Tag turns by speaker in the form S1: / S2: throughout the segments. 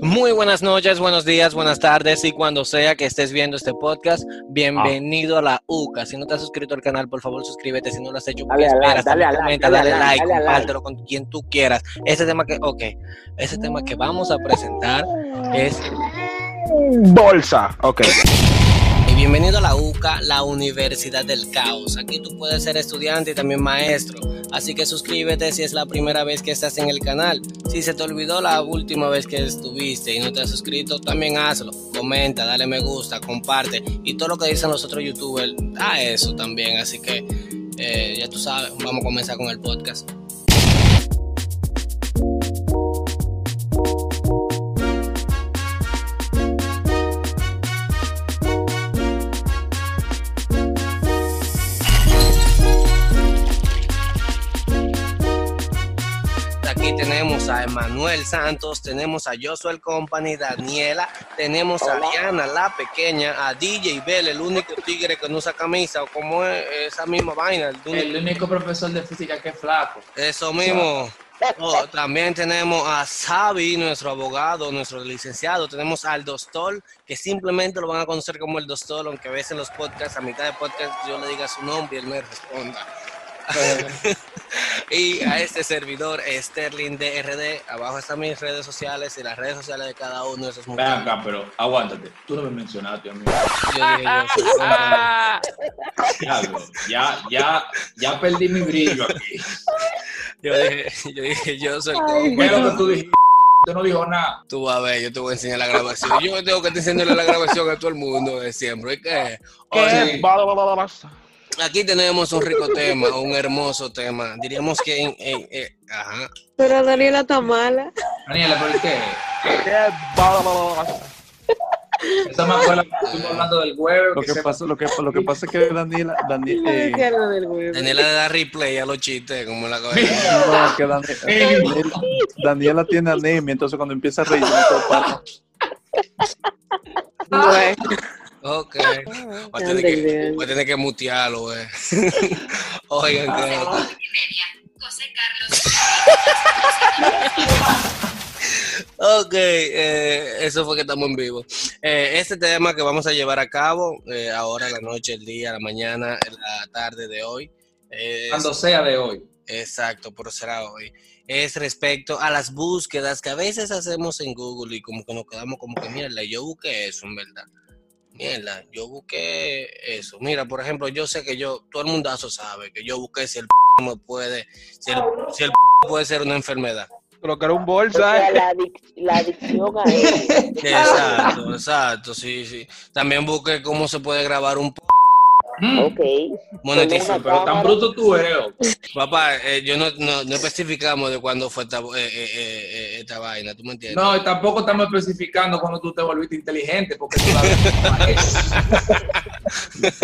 S1: Muy buenas noches, buenos días, buenas tardes y cuando sea que estés viendo este podcast, bienvenido a la UCA. Si no te has suscrito al canal, por favor suscríbete. Si no lo has hecho,
S2: Dale
S1: ¿qué
S2: a like,
S1: esperas?
S2: dale a
S1: También
S2: like,
S1: comenta,
S2: dale a
S1: dale
S2: like,
S1: like,
S2: dale a like.
S1: compártelo con quien tú quieras. Ese tema que, ok, ese tema que vamos a presentar es
S3: Bolsa. Ok.
S1: eh, bienvenido a la UCA, la Universidad del Caos. Aquí tú puedes ser estudiante y también maestro. Así que suscríbete si es la primera vez que estás en el canal. Si se te olvidó la última vez que estuviste y no te has suscrito, también hazlo. Comenta, dale me gusta, comparte y todo lo que dicen los otros youtubers, da eso también. Así que eh, ya tú sabes, vamos a comenzar con el podcast. Aquí tenemos a Emanuel Santos, tenemos a Josuel Company, Daniela, tenemos
S2: Hola.
S1: a Diana la pequeña, a DJ Bell, el único tigre que no usa camisa, o como es esa misma vaina, el único-
S4: El único profesor de física que es flaco.
S1: Eso mismo. Oh, también tenemos a Xavi, nuestro abogado, nuestro licenciado. Tenemos al Dostol, que simplemente lo van a conocer como el Dostol, aunque a veces en los podcasts, a mitad de podcast, yo le diga su nombre y él me responda. Y a este servidor, Sterling DRD. Abajo están mis redes sociales y las redes sociales de cada uno de esos
S4: Ven
S1: muchachos.
S4: acá, pero aguántate. Tú no me mencionaste, amigo.
S1: Yo dije, yo soy cuéntame.
S4: Diablo, ya, ya, ya perdí mi brillo aquí.
S1: Yo dije, yo dije, yo soy
S4: ¿Qué es lo
S1: cuéntame.
S4: que tú dijiste? Tú no dijo nada.
S1: Tú vas a ver, yo te voy a enseñar la grabación. Yo tengo que te enseñarle la grabación a todo el mundo de siempre. ¿Y qué? Oye,
S3: ¿Qué? Bolsa.
S1: Aquí tenemos un rico tema, un hermoso tema. Diríamos que en, en- eh, ajá.
S5: Pero Daniela está mala.
S4: Daniela, ¿por qué?
S3: ¿Qué? Bolsa.
S4: Eso me acuerda que estuvimos hablando del huevo.
S6: Lo
S4: Que
S6: que,
S4: se-
S6: pasa, lo, que, lo que pasa es que Daniela, eh, Daniela,
S5: Ay, qué lo del huevo.
S1: Daniela le da replay a los chistes, como la cabeza.
S6: no, que Dani- Daniela, Daniela tiene anemia, entonces cuando empieza a reír, no se para.
S5: Bueno,
S1: Ok. Va a tener
S5: Ande
S1: que,
S5: bien.
S1: va a tener que mutearlo, eh. Oigan, qué nota. Ok, eh, eso fue que estamos en vivo. Eh, este tema que vamos a llevar a cabo eh, ahora, la noche, el día, la mañana, la tarde de hoy. es-
S4: Cuando sea de hoy.
S1: Exacto, por será hoy. Es respecto a las búsquedas que a veces hacemos en Google y como que nos quedamos como que, mierda, yo busqué eso, en verdad. Mierda, yo busqué eso. Mira, por ejemplo, yo sé que yo, todo el mundazo sabe que yo busqué si el p me puede, si el, si el p puede ser una enfermediad.
S3: Lo que era un
S2: O sea,
S3: bolsa. eh.
S2: la, adic- la adicción a él.
S1: Exacto, exacto, sí, sí. También busqué cómo se puede grabar un p
S4: Mm,
S2: Ok.
S1: monetizar.
S4: Pero tan bruto tú eres. oh.
S1: Papá, eh, yo no, no, no especificamos de cuándo fue esta, eh, eh, eh, eh, esta vaina, ¿tú me entiendes?
S4: No, y tampoco estamos especificando cuando tú te volviste inteligente, porque tú sabes.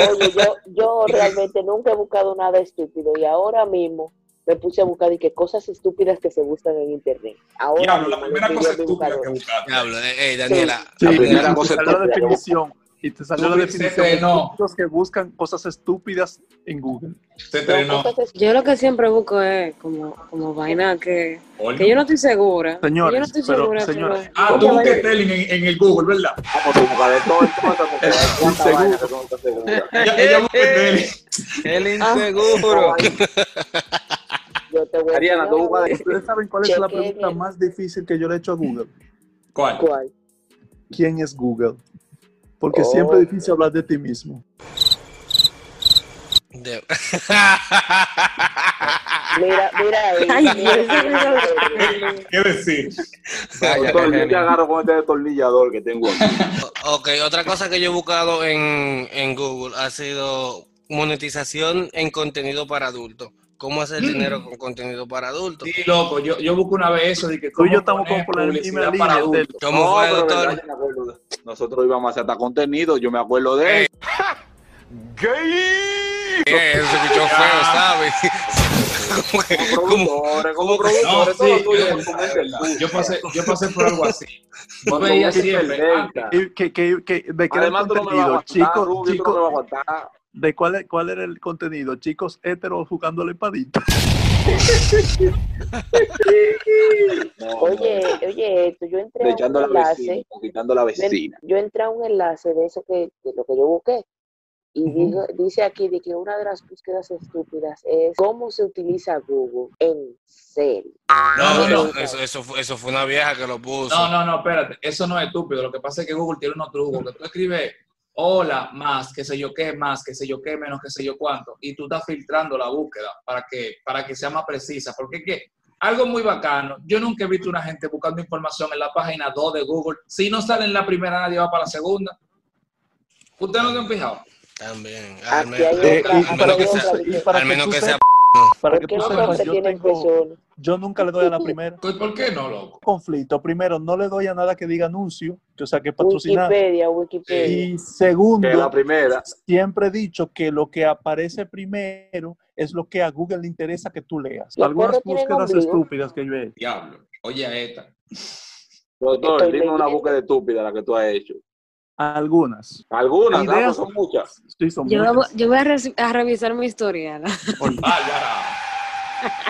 S2: Oye, yo, yo realmente nunca he buscado nada estúpido y ahora mismo me puse a buscar y que cosas estúpidas que se buscan en internet. Ahora
S4: Diablo, la
S2: mismo
S4: primera
S2: yo
S4: cosa
S2: estoy
S4: estúpida que
S2: buscando.
S4: buscaste.
S1: Diablo, eh, eh, Daniela.
S6: Sí,
S7: La
S6: y
S7: primera
S6: te
S7: cosa
S6: salió la
S7: estúpida, ¿no?
S6: definición. Y te salió la
S4: Tú dices
S6: definición.
S4: que no.
S6: Los que buscan cosas estúpidas en Google.
S4: Se
S2: Pero
S4: entrenó.
S2: cosas estúpidas.
S5: Yo lo que siempre busco es como, como vaina que, que yo no estoy segura. que yo no
S6: Señores,
S5: estoy
S6: pero,
S5: segura,
S6: señores.
S4: Ah, tú busques Telling en, en el Google, ¿verdad?
S7: Vamos, tú, para de todo el mundo, porque hay tanta
S6: seguro.
S7: vaina que tú no estás segura.
S4: Ella, ella busca Telling.
S3: El inseguro.
S2: Yo te voy a
S7: Ariana, tú
S2: enseñar
S7: buscas
S6: ¿Ustedes saben cuál es la
S2: Chequen
S6: pregunta
S2: el-
S6: más difícil que yo le he hecho a Google?
S4: ¿Cuál?
S2: cuál.
S6: ¿Quién es Google? Porque
S2: Oh.
S6: siempre es difícil hablar de ti mismo.
S1: De-
S2: Mira, mira ahí.
S5: Ay,
S2: mira,
S5: Dios,
S2: ahí,
S5: mira.
S2: mira ahí.
S4: ¿Qué decir?
S7: Doctor, yo te agarro con este destornillador que tengo aquí.
S1: ok, otra cosa que yo he buscado en, en Google ha sido monetización en contenido para adultos. ¿Cómo hacer dinero con contenido para adultos?
S4: Sí, loco, yo, yo busco una vez eso de que
S6: Tú y yo
S4: cómo
S6: estamos con
S4: poner
S6: la
S4: publicidad
S6: misma
S4: para
S6: línea de-
S4: adultos.
S1: ¿Cómo
S7: No,
S1: fue,
S7: pero
S1: doctor?
S7: verdad, yo me acuerdo de- Nosotros íbamos a hacer contenido, yo me acuerdo de él.
S1: Eh, eso se escuchó feo, ¿sabes? Como que-
S7: Como
S1: como-
S7: productores, como
S4: No,
S7: productores, todo
S4: sí,
S7: tuyo,
S4: es
S7: por tu mente,
S4: verdad.
S7: tú.
S4: yo, pasé, yo pasé por algo así. Yo
S7: Con tu
S4: veía
S7: mente
S4: siempre.
S7: perversa.
S6: ¿Y qué- qué- qué- ¿De qué era el
S7: Además, tú no me vas a
S6: contenido?
S7: aguantar,
S6: Chico,
S7: Rubio, tú no me
S6: chico,
S7: vas a aguantar.
S6: ¿De cuál, cuál era el contenido? Chicos héteros jugando la empadita.
S7: No,
S2: Oye, este oye, esto, yo
S7: no,
S2: entré a
S7: echando
S2: un
S7: la
S2: enlace.
S7: vecina, o quitando la
S2: Ven,
S7: vecina.
S2: Yo entré a un enlace de eso que, de lo que yo busqué. Y digo- dice aquí de que una de las búsquedas estúpidas es cómo se utiliza Google en serio.
S4: No, no, no.
S1: Eso, eso, fue, eso fue una vieja que lo puso.
S4: No, no, no, espérate. Eso no es estúpido. Lo que pasa es que Google tiene unos trucos. Que tú escribes hola, más, qué sé yo qué, más, qué sé yo qué, menos, qué sé yo cuánto. Y tú estás filtrando la búsqueda para que, para que sea más precisa. Porque es que algo muy bacano. Yo nunca he visto una gente buscando información en la página 2 de Google. Si no sale en la primera, nadie va para la segunda. ¿Ustedes no se han fijado?
S1: También. Ah, Al
S2: Aquí hay
S1: menos,
S2: otra.
S6: Eh, y
S2: aquí
S6: para
S2: hay
S6: que
S2: otra,
S6: sea-
S2: dice,
S6: y para
S1: al
S6: que
S1: menos
S6: tú
S1: que sea
S6: sepas-
S2: ¿Por
S6: para que
S2: qué
S6: tú
S2: no
S6: sepas,
S2: se
S6: yo
S2: tienen
S6: tengo,
S2: personas?
S6: yo nunca le doy a la primera
S4: Pues, ¿Por qué no, loco?
S6: conflicto. Primero, no le doy a nada que diga anuncio, que o sea que es patrocinado.
S2: Wikipedia, Wikipedia.
S6: Y segundo,
S7: Que la primera.
S6: siempre he dicho que lo que aparece primero es lo que a Google le interesa que tú leas.
S2: Los
S6: Algunas
S2: perros tienen
S6: búsquedas
S2: ombligo.
S6: estúpidas que yo he hecho.
S4: Diablo. Oye, a esta.
S7: Doctor,
S2: Estoy
S7: dime una
S2: leyendo.
S7: búsqueda estúpida la que tú has hecho.
S6: Algunas.
S7: Algunas, ¿no?
S6: Ideas.
S7: Pues son muchas.
S6: Sí, son
S5: Yo,
S6: muchas.
S5: voy- yo voy a, re- a revisar mi historial.
S4: Bárbara.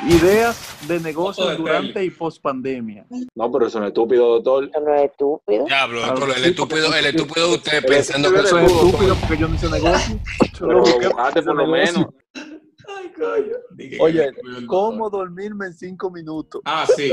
S6: Ideas de negocios
S4: Foto de
S6: durante y post pandemia.
S7: No, pero eso no es estúpido, doctor.
S2: Eso no es estúpido.
S1: Diablo,
S6: Claro,
S1: pero el
S6: sí,
S1: estúpido,
S6: porque-
S1: el estúpido de usted
S7: Pero
S1: pensando que
S7: estúpido
S1: eso
S6: Eso es
S7: eres tú,
S6: estúpido porque yo no hice negocio. Yo
S7: Pero
S6: lo busqué
S7: lo buscaste por lo
S6: porque hice
S7: menos.
S6: negocio.
S4: Ay, coño. Dije que
S6: Oye,
S4: me cuido el
S6: ¿Cómo
S4: doctor.
S6: dormirme en cinco minutos?
S4: Ah, sí.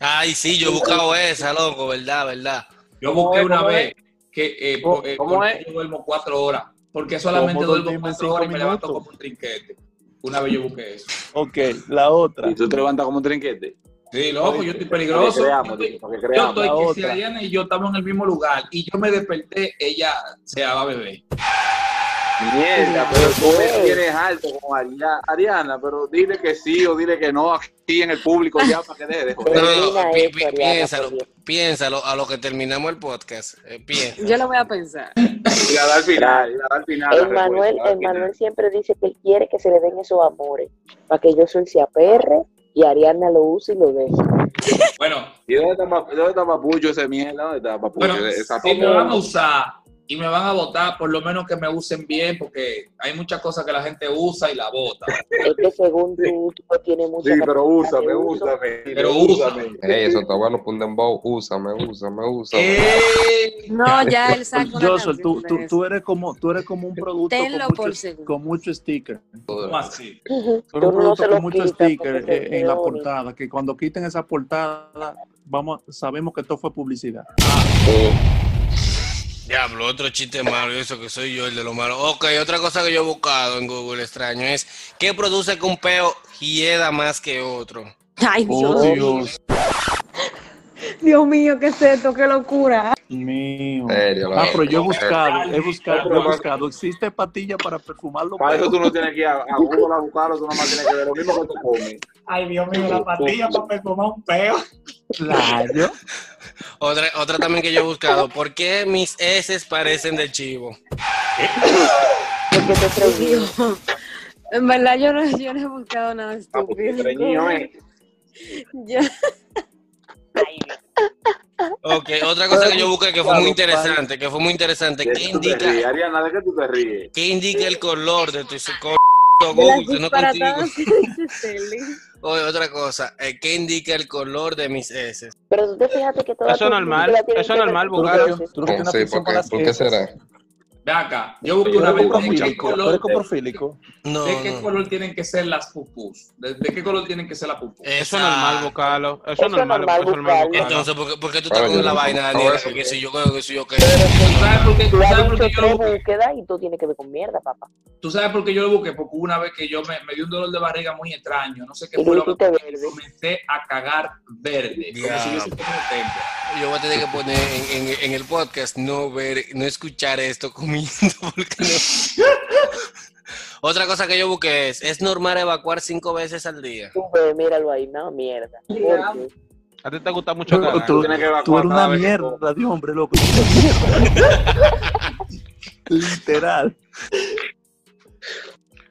S1: Ay, sí, yo he buscado esa, loco, verdad, verdad.
S4: Yo
S7: ¿Cómo
S4: busqué
S7: es?
S4: una
S7: ¿Cómo
S4: vez que eh,
S7: ¿Cómo-
S4: po- eh,
S7: cómo
S4: ¿por qué
S7: es?
S4: yo duermo cuatro horas. Porque solamente
S6: ¿Cómo
S4: duermo
S6: dormimos
S4: cuatro
S6: cinco
S4: horas y me levanto
S6: minutos?
S4: como un trinquete. Una vez yo busqué eso.
S6: Ok, la otra.
S7: ¿Y tú te levantas como un trinquete?
S4: Sí, loco, yo estoy peligroso. Yo
S7: Para que creamos,
S4: estoy,
S7: para que
S4: yo
S7: creamos.
S4: estoy
S6: La
S4: que si
S6: otra.
S4: Ariana y yo estamos en el mismo lugar y yo me desperté, ella se va a beber.
S7: Mierda, pero tú me tienes alto con Ariana. Ariana, pero dile que sí o dile que no aquí en el público ya para que deje de joder.
S1: No, no,
S2: Termina
S1: no, pi-
S2: esto,
S1: pi-
S2: Ariana,
S1: piénsalo,
S2: por Dios.
S1: piénsalo, a lo que terminamos el podcast. eh, piensa.
S5: Yo lo voy a pensar.
S7: Y la da al final, y la da al final. la
S2: El Manuel,
S7: respuesta, la da al
S2: el
S7: final.
S2: Manuel siempre dice que quiere que se le den esos amores, para que yo soy se aperre y Ariana lo use y lo deje.
S4: Bueno,
S7: ¿Y dónde está, Pap- dónde está Papucho ese mierda? ¿Dónde está Papucho?
S4: bueno
S7: Esa
S4: si me
S7: porra.
S4: van a usar y me van a votar, por lo menos que me usen bien, porque hay muchas cosas que la gente usa y la vota.
S2: Es que según tú, tú no tienes mucha
S7: Sí, pero
S2: capacidad
S7: úsame,
S2: de uso.
S7: úsame.
S4: Pero
S8: Ey, eso está bueno por un dembow. Úsame, úsame, úsame.
S4: ¡Eh!
S5: No, ya él sacó la
S6: Pues, Joshua, tú,
S5: canción
S6: tú,
S5: de
S6: tú eres como, tú eres como un producto
S5: Tenlo
S6: con,
S5: por
S6: mucho,
S5: seguro.
S6: con mucho sticker.
S4: ¿Cómo así?
S6: Tú eres un
S2: Tú no se
S6: producto
S2: lo
S6: con mucho
S2: quitas
S6: sticker
S2: porque
S6: eh,
S2: te
S6: en la
S2: veo bonito.
S6: portada, que cuando quiten esa portada, vamos, sabemos que esto fue publicidad.
S1: Diablo, otro chiste malo, y eso que soy yo el de lo malo. Ok, otra cosa que yo he buscado en Google extraño es ¿qué produce que un peo hieda más que otro?
S5: ese. Ay,
S6: Oh,
S5: Dios.
S6: Dios
S5: Dios mío, qué es esto, qué locura.
S6: mío.
S8: En serio, la-
S6: Ah, pero yo he buscado, he
S4: Ah,
S6: buscado,
S7: pero
S6: he
S7: más-
S6: buscado. ¿Existe patilla para perfumar los
S7: Para eso
S6: pelos?
S7: tú no tienes que ir a, a Google a buscarlo, tú nomás tienes que ver lo mismo que tú comes.
S4: Ay, Dios mío, la patilla para perfumar un peo.
S6: Claro.
S1: Otra, otra también que yo he buscado, ¿por qué mis heces parecen de chivo?
S2: Porque te atrevido.
S5: Dios. En verdad, yo no, yo no he buscado nada
S7: Ah, pues,
S5: estúpido.
S7: estreñido, ¿eh?
S5: Yo-
S1: Ok, otra cosa que yo busqué que fue muy interesante, que fue muy interesante,
S7: ¿De
S1: ¿qué
S7: qué tú te
S1: indica
S7: ríes? Ariana, ¿de qué tú te ríes?
S1: ¿Qué indica el color de tu co-
S5: de las
S1: Google? que no contigo.
S5: disparatadas que dice Stanley.
S1: Oye, otra cosa. eh, ¿Qué indica el color de mis heces?
S2: Pero tú te fijaste que todas
S3: Eso
S2: tus
S3: normal,
S2: películas tienen
S3: eso
S2: que
S3: normal,
S2: ver
S6: Tú
S2: con
S6: no
S3: Claro.
S6: tienes- tú no tienes una
S8: Sí,
S6: afición
S8: ¿por
S6: por
S8: qué,
S6: las
S8: por qué
S6: heces.
S8: será?
S4: Ve acá, yo busqué
S6: Tú
S4: una
S6: eres
S4: vez de qué
S6: coprofílico, tú
S4: color,
S6: eres coprofílico.
S1: No,
S4: de qué
S1: no.
S4: color tienen que ser las pupus. ¿De, de qué color tienen que ser las pupus?
S1: Esa-
S3: Eso es normal, buscarlo. Eso es
S2: Eso es
S3: normal, eso
S2: normal
S3: es normal,
S2: buscarlo.
S3: buscarlo.
S1: Entonces, ¿por qué, por qué tú
S8: Ahora
S1: estás
S8: yo
S1: con la
S8: no-
S1: vaina,
S8: ahora
S1: Daniel?
S8: eso
S1: Que
S8: qué.
S1: si yo creo que si yo creo.
S4: ¿Tú sabes por qué, tú
S2: Tú has
S4: sabes por
S2: hecho
S4: qué yo lo
S2: tres
S4: busqué?
S2: búsquedas y tú tienes que ver con mierda, papá.
S4: Tú sabes por qué yo lo busqué, porque hubo una vez que yo me, me dio un dolor de barriga muy extraño, no sé qué
S2: Y
S4: fue
S2: lo
S4: lo que
S2: hiciste verde.
S4: comencé a cagar verde, como si
S1: Diablo.
S4: hubiese tenido tiempo.
S1: Yo voy a tener que poner en, en- en el podcast no ver, no escuchar esto comiendo. porque no. Otra cosa que yo busqué es, ¿es normal evacuar cinco veces al día?
S2: Tú ves, míralo ahí, no, mierda. ¿Por qué?
S3: A ti te gusta mucho
S6: Tú,
S3: cagar.
S6: tú-
S7: Tienes que evacuar
S6: tú eres
S7: cada
S6: una
S7: vez que
S6: mierda de hombre, loco. Literal.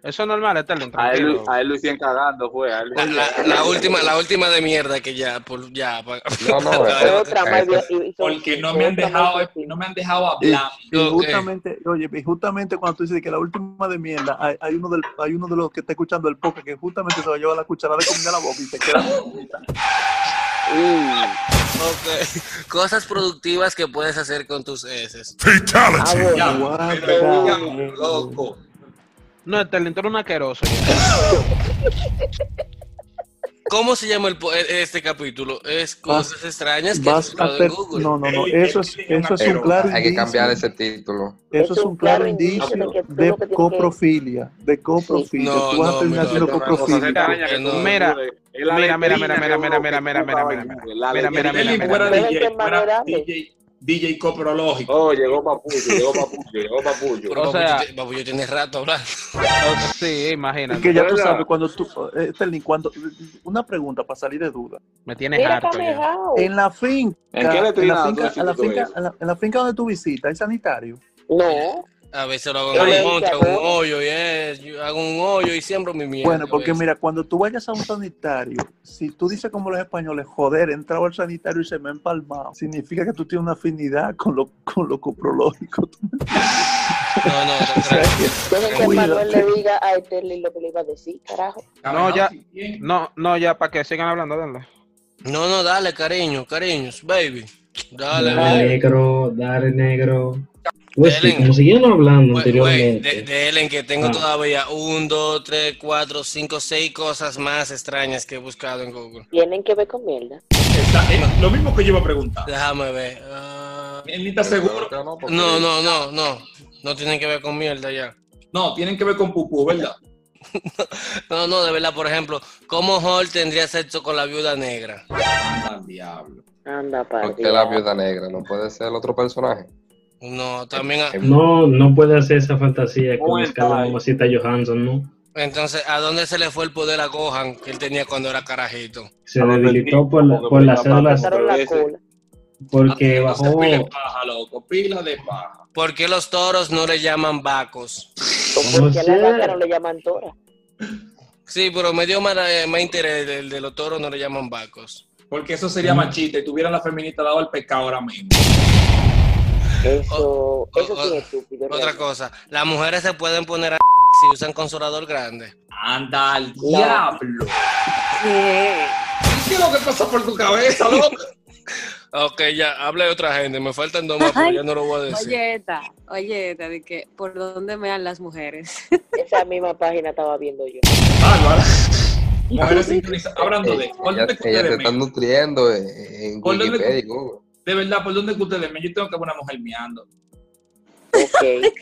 S3: Eso es normal, Sterling,
S7: A él,
S3: tranquilo.
S7: a él lo hicieron cagando, fue. a él lo-
S1: La, la- la última, la última de mierda que ya, por, ya. pa-
S8: No, no,
S2: Fue
S8: eh,
S2: otra
S8: eh,
S2: más
S8: eh,
S2: bien, y- y son-
S4: Porque no
S2: fue
S4: me han
S2: otra
S4: dejado, eh,
S2: más bien.
S4: no me han dejado
S6: Y,
S4: hablar.
S6: y
S4: Yo, eh,
S6: justamente, oye, y justamente cuando tú dices que la última de mierda, hay, hay uno, del, hay uno de los que está escuchando el podcast que justamente se va a llevar la cucharada de comida a la boca y se queda.
S1: Ok. Cosas productivas que puedes hacer con tus heces.
S2: Ah, bueno.
S4: ya,
S6: Aguanta,
S4: ya, loco.
S3: No, Sterling, tú eres un asqueroso.
S1: ¿Cómo se llama el po- e- este capítulo? Es
S6: Vas-
S1: cosas extrañas que has
S6: Vas a
S1: buscado
S6: hacer-
S1: en Google.
S6: No, no, no. Eso es, eso es un claro
S8: Hay que cambiar
S6: indicio.
S8: ese título.
S6: Eso es un claro indicio
S2: de que tú
S6: de
S2: lo que tienes que-
S6: coprofilia. De coprofilia.
S1: No,
S6: Tú vas a
S1: no, mira,
S6: terminar siendo
S1: no,
S7: Cosas
S6: coprofilia.
S7: extrañas que
S1: No.
S7: tú-
S3: Mira,
S7: Es la
S3: mira, mira, mira,
S7: letrina
S3: mira,
S7: que uno
S3: mira,
S7: que
S3: mira, mira,
S7: buscaba
S3: mira,
S7: en
S3: mira.
S7: Google, la
S3: Mira, mira,
S7: letrina
S3: mira,
S7: que
S4: Sterling
S3: mira.
S7: uno
S4: fuera
S7: buscaba en
S2: Debe
S4: DJ,
S2: ser más
S4: fuera
S2: grande.
S4: DJ, DJ coprológico.
S7: Oh, llegó Papullo, llegó Papullo, llegó Papullo.
S1: Pero
S3: O
S1: papu,
S3: sea-
S1: yo te- papu, yo tienes rato hablando.
S3: Sí,
S6: Es
S3: imagínate.
S6: que ya tú
S7: ¿verdad?
S6: sabes, cuando tú. eh, Sterling, cuando. Una pregunta para salir de duda.
S3: Me tienes
S2: Mira,
S3: harto ya.
S2: Camejao.
S6: En la finca.
S7: ¿En qué
S6: en la
S7: letrina
S6: finca,
S7: tú
S6: en la
S7: hiciste
S6: finca,
S7: eso?
S6: en la- en la finca donde tú visitas, ¿hay sanitario?
S2: No,
S1: A veces lo hago
S2: Yo le
S1: en
S2: dije
S1: contra,
S2: a
S1: un
S2: vos.
S1: hoyo, y es, yo hago un hoyo y siembro mi mierda.
S6: Bueno, porque
S1: a veces.
S6: mira, cuando tú vayas a un sanitario, si tú dices como los españoles, joder, he entrado al sanitario y se me ha empalmado, significa que tú tienes una afinidad con lo, con lo coprológico.
S1: No, no,
S6: O sea,
S1: no,
S6: que-
S2: dejen que
S6: Cuídate.
S2: Manuel le diga a Sterling lo que le iba a decir, carajo.
S3: No, ya.
S4: si quieren.
S3: No, no, ya, para que sigan hablando, dale.
S1: no, no, dale, cariño, cariños, baby. Dale,
S9: Dale
S1: baby.
S9: negro, dale negro. Wesley,
S1: Ellen.
S9: como seguían hablando
S1: Güey, güey, de,
S9: anteriormente,
S1: de él en que tengo
S9: Ah.
S1: todavía un, dos, tres, cuatro, cinco, seis cosas más extrañas que he buscado en Google.
S2: Tienen que ver con mierda.
S4: Está- es lo mismo que yo iba a preguntar.
S1: Déjame ver. ah,
S4: Él ni está seguro.
S8: Creo que no, porque-
S1: no, no, no, no. No tienen que ver con mierda ya.
S4: No, tienen que ver con pupú, ¿verdad?
S1: No, no, de verdad, por ejemplo, ¿cómo Hall tendría sexo con la viuda negra?
S4: Anda al diablo.
S2: Anda, para
S8: Porque la viuda negra no puede ser el otro personaje. Eh,
S1: No, también.
S4: ah,
S1: a-
S9: no, no puede hacer esa fantasía con
S7: Buen
S9: Scarlett
S7: time.
S9: Mamacita Johansson, ¿no?
S1: Entonces, ¿a dónde se le fue el poder a Gohan que él tenía cuando era carajito?
S9: Se
S7: Ah,
S9: debilitó
S7: sí,
S9: por, la-
S7: como que
S9: por
S7: me
S9: las
S7: la mataron.
S9: células,
S2: Cortaron la
S7: Pero ese-
S2: cola.
S9: porque
S4: Entonces,
S9: bajó.
S4: Pila de paja, loco. Pila de paja.
S1: ¿Por qué los toros no le llaman vacos?
S2: Como
S9: No
S2: que a
S9: sé.
S2: la vaca no le llaman tora.
S1: Sí, pero me dio más, eh, más interés el de los toros no le llaman vacos.
S4: Porque eso sería machista y tuvieran la feminista dado al pecado ahora mismo.
S2: Eso, eso
S1: o-
S2: sí es estúpido.
S1: Otra
S2: realmente.
S1: cosa, las mujeres se pueden poner a si usan consolador grande.
S4: Anda al diablo.
S5: ¿Qué?
S4: ¿Qué es lo que pasa por tu cabeza, loco?
S1: Ok, ya, hable de otra gente, me faltan dos más, pero
S5: Ay.
S1: ya no lo voy a decir.
S5: Oye, esta, oye, esta, de que por dónde me dan las mujeres.
S2: Esa misma página estaba viendo yo.
S4: Bárbara. Mujeres sincronizadas. Hablando de. ¿Por
S8: Ellas
S4: dónde es que
S8: ellas se
S4: ustedes
S8: están
S4: ven?
S8: nutriendo eh, en
S4: ¿Por dónde-
S8: Wikipedia y Google.
S4: De verdad, ¿por dónde es que ustedes ven? Yo tengo que ver una mujer meando.
S2: Ok.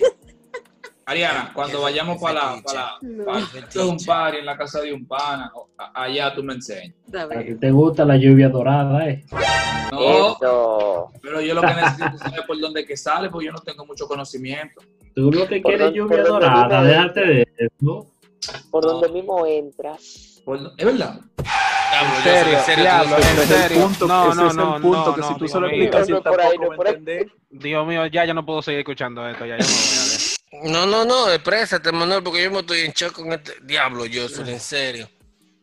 S4: Ariana, cuando
S1: Ese-
S4: vayamos
S1: ese
S4: para la.
S1: tiche.
S4: Para,
S5: No.
S4: para-
S1: Ese
S4: esto es un
S1: tiche.
S4: party en la casa de un pana. o- a- Allá tú me enseñas.
S5: Está
S9: ¿A ti
S5: bien.
S9: te gusta la lluvia dorada, eh?
S2: Oh.
S4: No,
S2: Eso.
S4: pero yo lo que necesito es saber por dónde es que sale, porque yo no tengo mucho conocimiento.
S9: Tú lo que
S2: Por
S9: quieres es
S2: donde-
S9: lluvia
S2: por donde
S9: dorada,
S2: vive-
S9: déjate de eso.
S2: Por donde mismo entras.
S4: Por do- ¿Es verdad?
S1: Diablo,
S3: En
S1: yo soy
S3: serio, diablo,
S1: tú no-
S3: en
S6: Ese es el
S3: serio.
S6: punto,
S3: No,
S6: ese
S3: no,
S6: es el
S3: no,
S6: punto
S3: no,
S6: que si
S3: no,
S6: tú se lo
S3: Dios mío.
S6: explicas así,
S2: No, no, por
S6: tampoco
S2: ahí, no,
S6: va a
S2: por ahí.
S6: entender.
S3: Dios mío, ya yo no puedo seguir escuchando esto, ya yo me voy a ver.
S1: No, no, no, exprésate, Manuel, porque yo me estoy en shock con este. Diablo, yo soy en serio.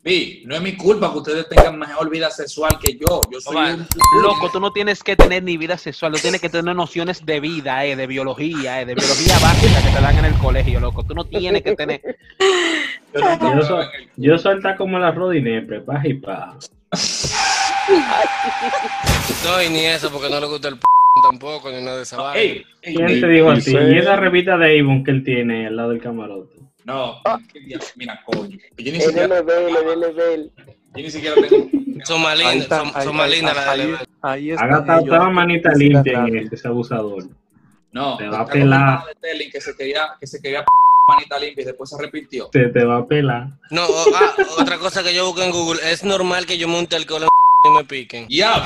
S4: Vi, no es mi culpa que ustedes tengan mejor vida sexual que yo. Yo soy
S3: Ojalá.
S4: un...
S3: Loco, tú no tienes que tener ni vida sexual, tú tienes que tener nociones de vida, eh, de biología, eh, de biología básica que te dan en el colegio, loco. Tú no tienes que tener.
S4: Yo nunca
S9: Yo,
S4: me
S9: sol-
S4: en el-
S9: yo solta como la rodinepre, paja y paja.
S1: No, y ni eso, porque no le gusta el p tampoco, ni nada de esa vaina.
S4: Ey, ey,
S9: ¿Quién
S4: ey.
S9: te dijo
S6: y
S9: así?
S6: sé-
S9: Y esa revista de Avon que él tiene al lado del camarote.
S4: No, qué diablo, mira, coño. Yo ni
S2: El
S4: siquiera,
S2: LBL, el LBL.
S4: yo ni siquiera tengo.
S1: Son más
S6: Ahí
S1: lindas,
S6: están,
S1: son,
S6: ahí-
S1: son más
S6: ahí-
S1: lindas las de
S6: ahí-
S1: Level.
S6: Ahí
S9: Haga
S6: está.
S9: estaba manita limpia en ese Este abusador.
S4: No,
S9: Te va a
S4: está como
S9: pelar.
S4: el de Sterling que se quería, que se quería p- manita limpia y después se arrepintió.
S9: Se te va a pelar.
S1: No, o- ah, otra cosa que yo busco en Google, es normal que yo monte alcohol en y me piquen.
S4: ¡Diablo!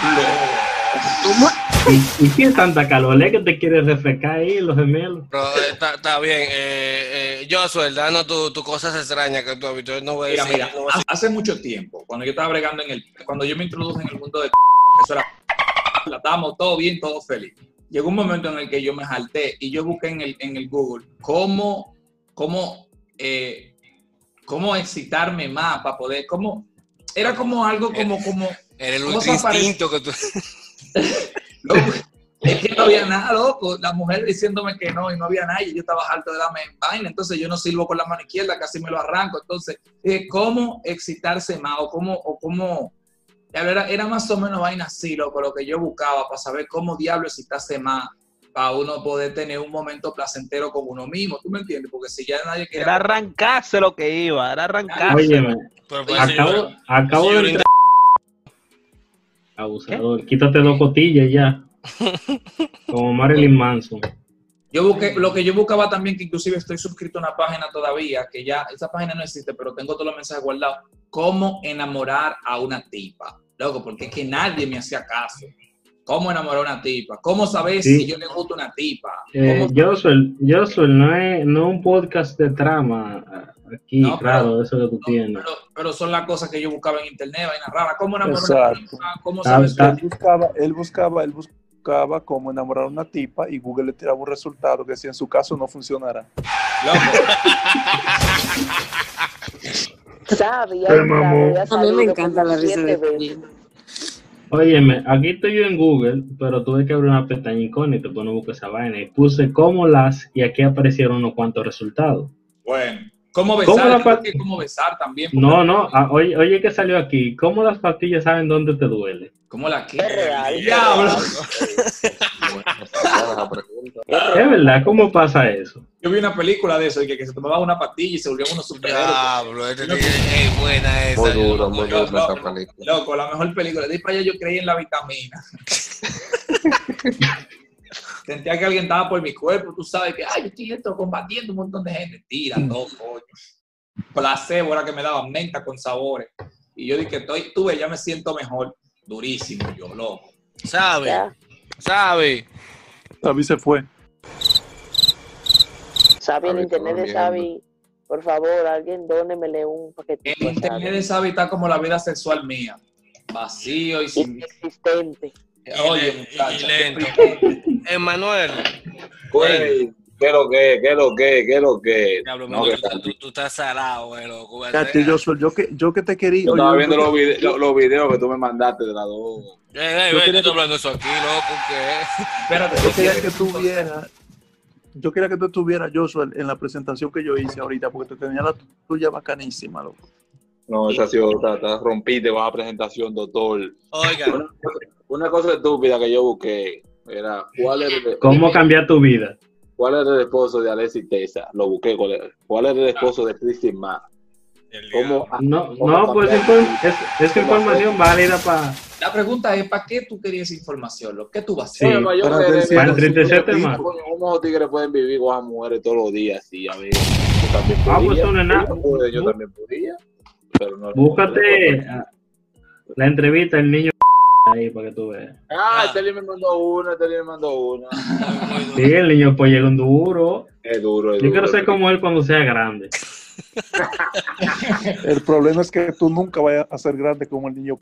S9: ¿Y, y qué tanta calor es que te quieres refrescar ahí, los gemelos?
S1: Pero eh, está está bien, eh, eh, Joshua, danos tus tu cosas extrañas que tú has visto. Yo no voy a
S4: Mira,
S1: decir.
S4: mira,
S1: no voy a decir.
S4: hace mucho tiempo, cuando yo estaba bregando en el. Cuando yo me introduje en el mundo de. Eso era. La estábamos todo bien, todo feliz. Llegó un momento en el que yo me jalté y yo busqué en el, en el Google cómo, cómo eh, cómo excitarme más para poder, como, era como algo como, como,
S1: Era el
S4: Vos
S1: ultra
S4: aparec-
S1: instinto que tú.
S4: loco, es que no había nada, loco, la mujer diciéndome que no y no había nadie, yo estaba harto de darme en vaina, entonces yo no sirvo con la mano izquierda, casi me lo arranco, entonces, eh, cómo excitarse más o cómo, o cómo, ya era, era más o menos vaina así, loco, lo que yo buscaba para saber cómo diablo excitarse más para uno poder tener un momento placentero con uno mismo, ¿tú me entiendes? Porque si ya nadie quiere...
S3: Era arrancarse lo que iba, era arrancarse.
S10: Óyeme,
S1: Pero parece que-
S10: acabo, acabo de
S1: señorita.
S10: entrar. Abusador, quítate dos cotillas ya. Como Marilyn Manson.
S4: Yo busqué, lo que yo buscaba también, que inclusive estoy suscrito a una página todavía, que ya, esa página no existe, pero tengo todos los mensajes guardados, cómo enamorar a una tipa, loco, porque es que nadie me hacía caso. ¿Cómo enamorar a una tipa? ¿Cómo saber
S10: Sí.
S4: si yo le gusta una tipa?
S10: Eh,
S4: ¿Cómo-
S10: Josuel, Josuel, no es, no es un podcast de trama aquí,
S4: No, pero-
S10: claro, eso que tú tienes.
S4: pero, pero son las cosas que yo buscaba en internet, vaina rara. ¿Cómo enamorar a una
S6: Exacto.
S4: tipa? ¿Cómo
S10: Ah,
S4: saber si-
S10: está-
S6: Él buscaba, él buscaba, él buscaba cómo enamorar a una tipa y Google le tiraba un resultado que si en su caso no funcionará.
S4: loco?
S2: Sabe, ya
S10: Te
S2: sabe,
S10: mamó.
S2: ya
S5: A mí me
S2: salido
S5: encanta
S2: como
S5: la risa
S2: siete
S5: de
S2: veces.
S5: Julián.
S10: Óyeme, aquí estoy yo en Google, pero tuve que abrir una pestaña incógnita, pues no busqué esa vaina. Y puse cómo las, y aquí aparecieron unos cuantos resultados.
S4: Bueno, ¿cómo
S10: ¿Cómo la
S4: besar? Yo creo
S10: pa-
S4: que ¿Cómo besar también? porque-
S10: No, no, ah, oye, oye que salió aquí, cómo las pastillas saben dónde te duele.
S4: ¿Cómo la que?
S2: Es real, es
S4: Diablo.
S2: real.
S11: Buena pregunta.
S10: Es verdad, ¿cómo pasa eso?
S4: Yo vi una película de eso, y que, que se tomaba una pastilla y se volvían unos superhéroes.
S1: Diablo, este tigre es buena esa.
S11: Muy
S1: yo
S11: duro,
S1: no-
S11: muy
S4: yo-
S11: duro esa
S4: yo-
S11: película.
S4: Loco, la mejor película. De para allá yo creí en la vitamina. Sentía que alguien estaba por mi cuerpo, tú sabes que, ay, yo estoy esto combatiendo un montón de gente. Tira, no, coño. Placebo era que me daban menta con sabores. Y yo dije, estoy, tú ves, ya me siento mejor. Durísimo, yo, loco.
S1: Sabe,
S2: Ya,
S1: sabe.
S6: David se fue.
S2: Sabe el
S11: Sabe,
S2: internet de
S11: todo
S2: Sabi. Por favor, alguien dónemele un
S4: El
S2: paquetito. a
S4: internet
S2: Sabi.
S4: de esa vida está como la vida sexual mía. Vacío y sin...
S2: Inexistente.
S4: Oye,
S1: le-
S4: muchacha,
S1: y lento.
S4: qué-
S1: Emanuel.
S7: Güey, ¿qué lo que? ¿Qué lo que? ¿Qué lo que?
S1: Diablo,
S7: No,
S1: Emanuel,
S7: que
S1: tú,
S7: también.
S1: tú- tú estás salado, güey, loco.
S6: Cállate,
S1: Eh,
S6: Joshua, yo que, yo que te quería.
S7: Yo estaba
S6: yo-
S7: viendo
S6: yo-
S7: los vide- lo- los videos que tú me mandaste de la droga.
S1: eh,
S6: yo
S1: eh,
S6: quería
S1: estoy hablando eso aquí, loco, ¿qué?
S4: Espérate,
S6: Yo quería que tú vieras, yo quería que tú estuvieras, Joshua, en la presentación que yo hice ahorita, porque te tenía la tuya bacanísima, loco.
S7: No, esa ha sido, está, está rompiste con la presentación, doctor.
S1: Oiga,
S7: Una, una cosa estúpida que yo busqué era cuál era el,
S10: ¿Cómo cambiar tu vida?
S7: cuál era el esposo de Alexis Tesa. Lo busqué, cuál era, cuál era el esposo de Christian Ma.
S1: el
S7: ¿Cómo,
S10: No,
S7: cómo
S10: no, pues
S7: cambiar-
S10: infor- es, es información válida para
S4: La pregunta es, ¿para qué tú querías esa información? ¿Lo que tú vas a
S10: Sí.
S4: hacer?
S7: Bueno, para yo
S6: para
S7: querer-
S6: decir-
S10: para entristecerte más.
S7: Coño, ¿Cómo los tigres pueden vivir con las mujeres todos los días? Sí, a ver, yo también podía.
S10: Ah, pues tú no es nada.
S7: Yo, pude, yo
S10: Bú-
S7: también podía. Pero no,
S10: Búscate ah, la entrevista del niño ahí para que tú veas.
S7: Ah, Teli me mandó una, Teli me mandó una.
S10: Sí, el niño pues llega un duro.
S7: Es duro, es
S10: Yo
S7: duro.
S10: quiero ser como él cuando sea grande.
S6: El problema es que tú nunca vayas a ser grande como el niño.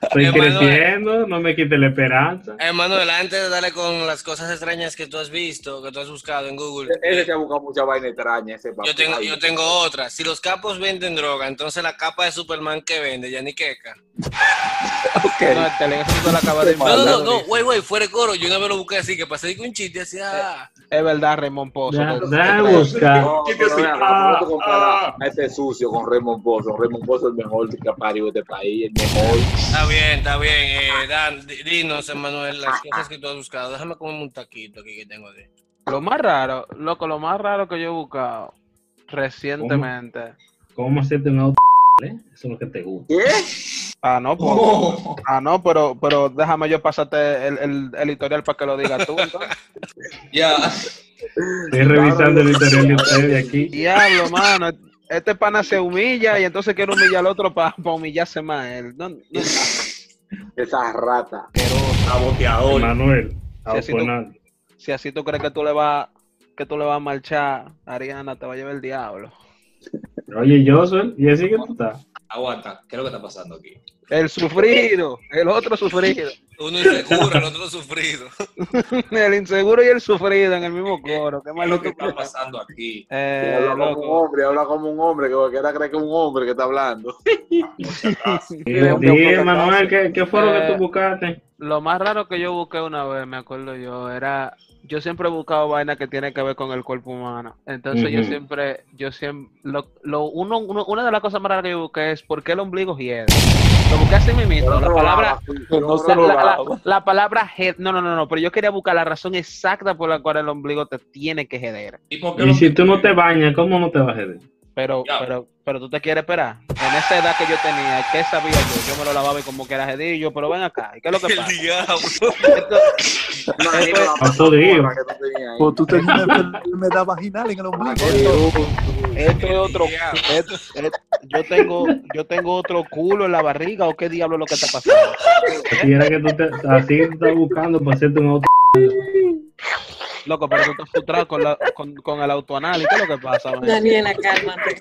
S10: Estoy
S1: Emanuel.
S4: eh.
S10: creciendo, no me quite la esperanza.
S1: Emanuel, antes de darle con las cosas extrañas que tú has visto, que tú has buscado en Google,
S7: Ese se ha buscado mucha vaina extraña, ese papá.
S1: yo tengo, yo tengo otra. Si los capos venden droga, entonces la capa de Superman que vende, ya ni queca.
S3: No, el teléfono se lo acaba de
S1: No, no, no,
S3: mandar.
S1: no, güey, güey, fuera de coro. Yo una vez lo busqué así, que pasé con un chiste así, ah.
S3: Es verdad, Raymond Pozo.
S10: Ya,
S3: todo.
S10: Déjame buscar.
S7: No,
S4: Chiste
S7: pero
S4: así.
S7: vea,
S10: Ah,
S7: no te comparas a ese sucio con Raymond Pozo. Raymond Pozo es el mejor que ha parido este país, el mejor.
S1: Está bien, está bien. Eh, Dan, di- dinos, Emanuel, las cosas que tú has buscado. Déjame comerme un taquito aquí que tengo de.
S3: Lo más raro, loco, lo más raro que yo he buscado recientemente.
S10: ¿Cómo hacerte un auto? ¿eh? Eso es lo que te gusta.
S7: ¿Qué?
S3: Ah, no, pues.
S4: Oh,
S3: Ah, no, pero, pero déjame yo pasarte el, el, el editorial para que lo digas tú. entonces.
S4: ya.
S10: Estoy revisando el historial de ustedes aquí.
S3: Diablo, mano. Este pana se humilla y entonces quiere humillar al otro para humillarse más. Él. No, no,
S7: Esa rata.
S4: Saboteador.
S10: Manuel.
S3: Sí, sí, tú- si así tú crees que tú le vas que tú le vas a marchar, Ariana, te va a llevar el diablo.
S10: Oye, Josuel, ¿y así que tú estás?
S4: Aguanta, ¿qué es lo que está pasando aquí?
S3: El sufrido, el otro sufrido.
S1: Uno inseguro, el otro sufrido.
S3: el inseguro y el sufrido en el mismo coro. Qué
S4: es lo que está pasando aquí?
S3: Eh,
S7: habla como
S3: loco.
S7: un hombre, habla como un hombre, que cualquiera cree que es un hombre que está hablando.
S10: Dile, Manuel, ¿qué, qué fue lo que
S3: Eh,
S10: tú buscaste?
S3: Lo más raro que yo busqué una vez, me acuerdo yo, era yo siempre he buscado vainas que tienen que ver con el cuerpo humano. Entonces yo
S10: Ujú.
S3: siempre, yo siempre, lo, lo- uno, uno- una de las cosas más raras que yo busqué es por qué el ombligo hiede. Lo busqué así mismo,
S7: Yo
S3: la
S7: lo
S3: palabra,
S7: lavo, sí,
S6: Que
S7: yo
S6: no
S7: lo
S6: se
S3: la,
S6: lo
S3: la- la-
S6: lavo.
S3: la palabra head, no, no, no, no, pero yo quería buscar la razón exacta por la cual el ombligo te tiene que jeder.
S4: ¿Y por qué
S10: Y
S4: lo-
S10: si tú no te bañas, ¿cómo no te vas a joder?
S3: Pero,
S4: Ya.
S3: pero, pero tú te quieres esperar. En esa edad que yo tenía, ¿qué sabía yo? Yo me lo lavaba y como que era jeder y yo, pero ven acá, ¿y qué es lo que
S1: El
S3: pasa?
S1: diablo.
S3: Esto-
S7: Me imagino la
S10: Pasó de
S7: palabra
S10: ir.
S7: que tú tenías ahí.
S6: Pues tú tenías una enfermedad vaginal en el ombligo.
S3: Esto es otro.
S1: Diablo.
S3: esto- esto- yo tengo, yo tengo otro culo en la barriga o qué diablo es lo que está pasando.
S10: Si era que tú te, así tú estás buscando para hacerte un auto.
S3: Loco, pero tú estás frustrado con, la- con, con el autoanálisis. ¿Qué es lo que pasa? man?
S5: Daniela, cálmate.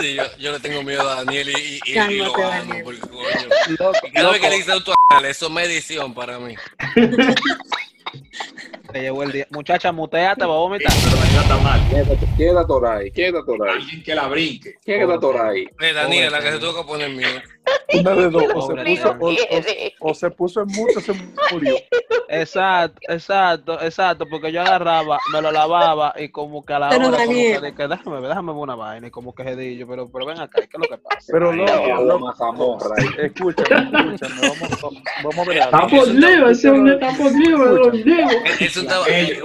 S1: Sí, yo, yo le tengo miedo a Daniel y, y, y- y lo
S5: Cálmate,
S1: amo,
S5: Daniel.
S1: porque coño. Cada
S3: Loco,
S1: vez
S3: loco,
S1: que le hice autoanal, eso es medición para mí.
S3: te llegó el día. Muchacha, mutea, te va a vomitar.
S4: Pero Daniela está mal.
S7: Quédate, quédate ahora ahí, quédate ahora ahí.
S4: Alguien que la brinque.
S7: Quédate ahora ahí.
S1: Eh, Daniel, la que se tuvo que poner miedo.
S6: Una de dos. O se
S3: Pobre
S6: puso,
S3: diablo.
S6: o- o- o se puso en mucho o se murió.
S3: Exacto, exacto, exacto. Porque yo agarraba, me lo lavaba y como que a la
S5: Pero,
S3: hora, como que,
S5: Daniel.
S3: de que déjame, déjame ver una vaina y como que jedillo. Pero, pero ven acá, ¿qué es lo que pasa?
S6: Pero
S7: Ahí la
S6: loco, loco.
S7: mazamorra ahí.
S6: Escúchame, escúchame. Vamos, vamos- vamos a ver
S10: Está
S6: algo.
S10: por lejos, ese hombre está por lejos, los
S1: Eh, Es un estaba. eh,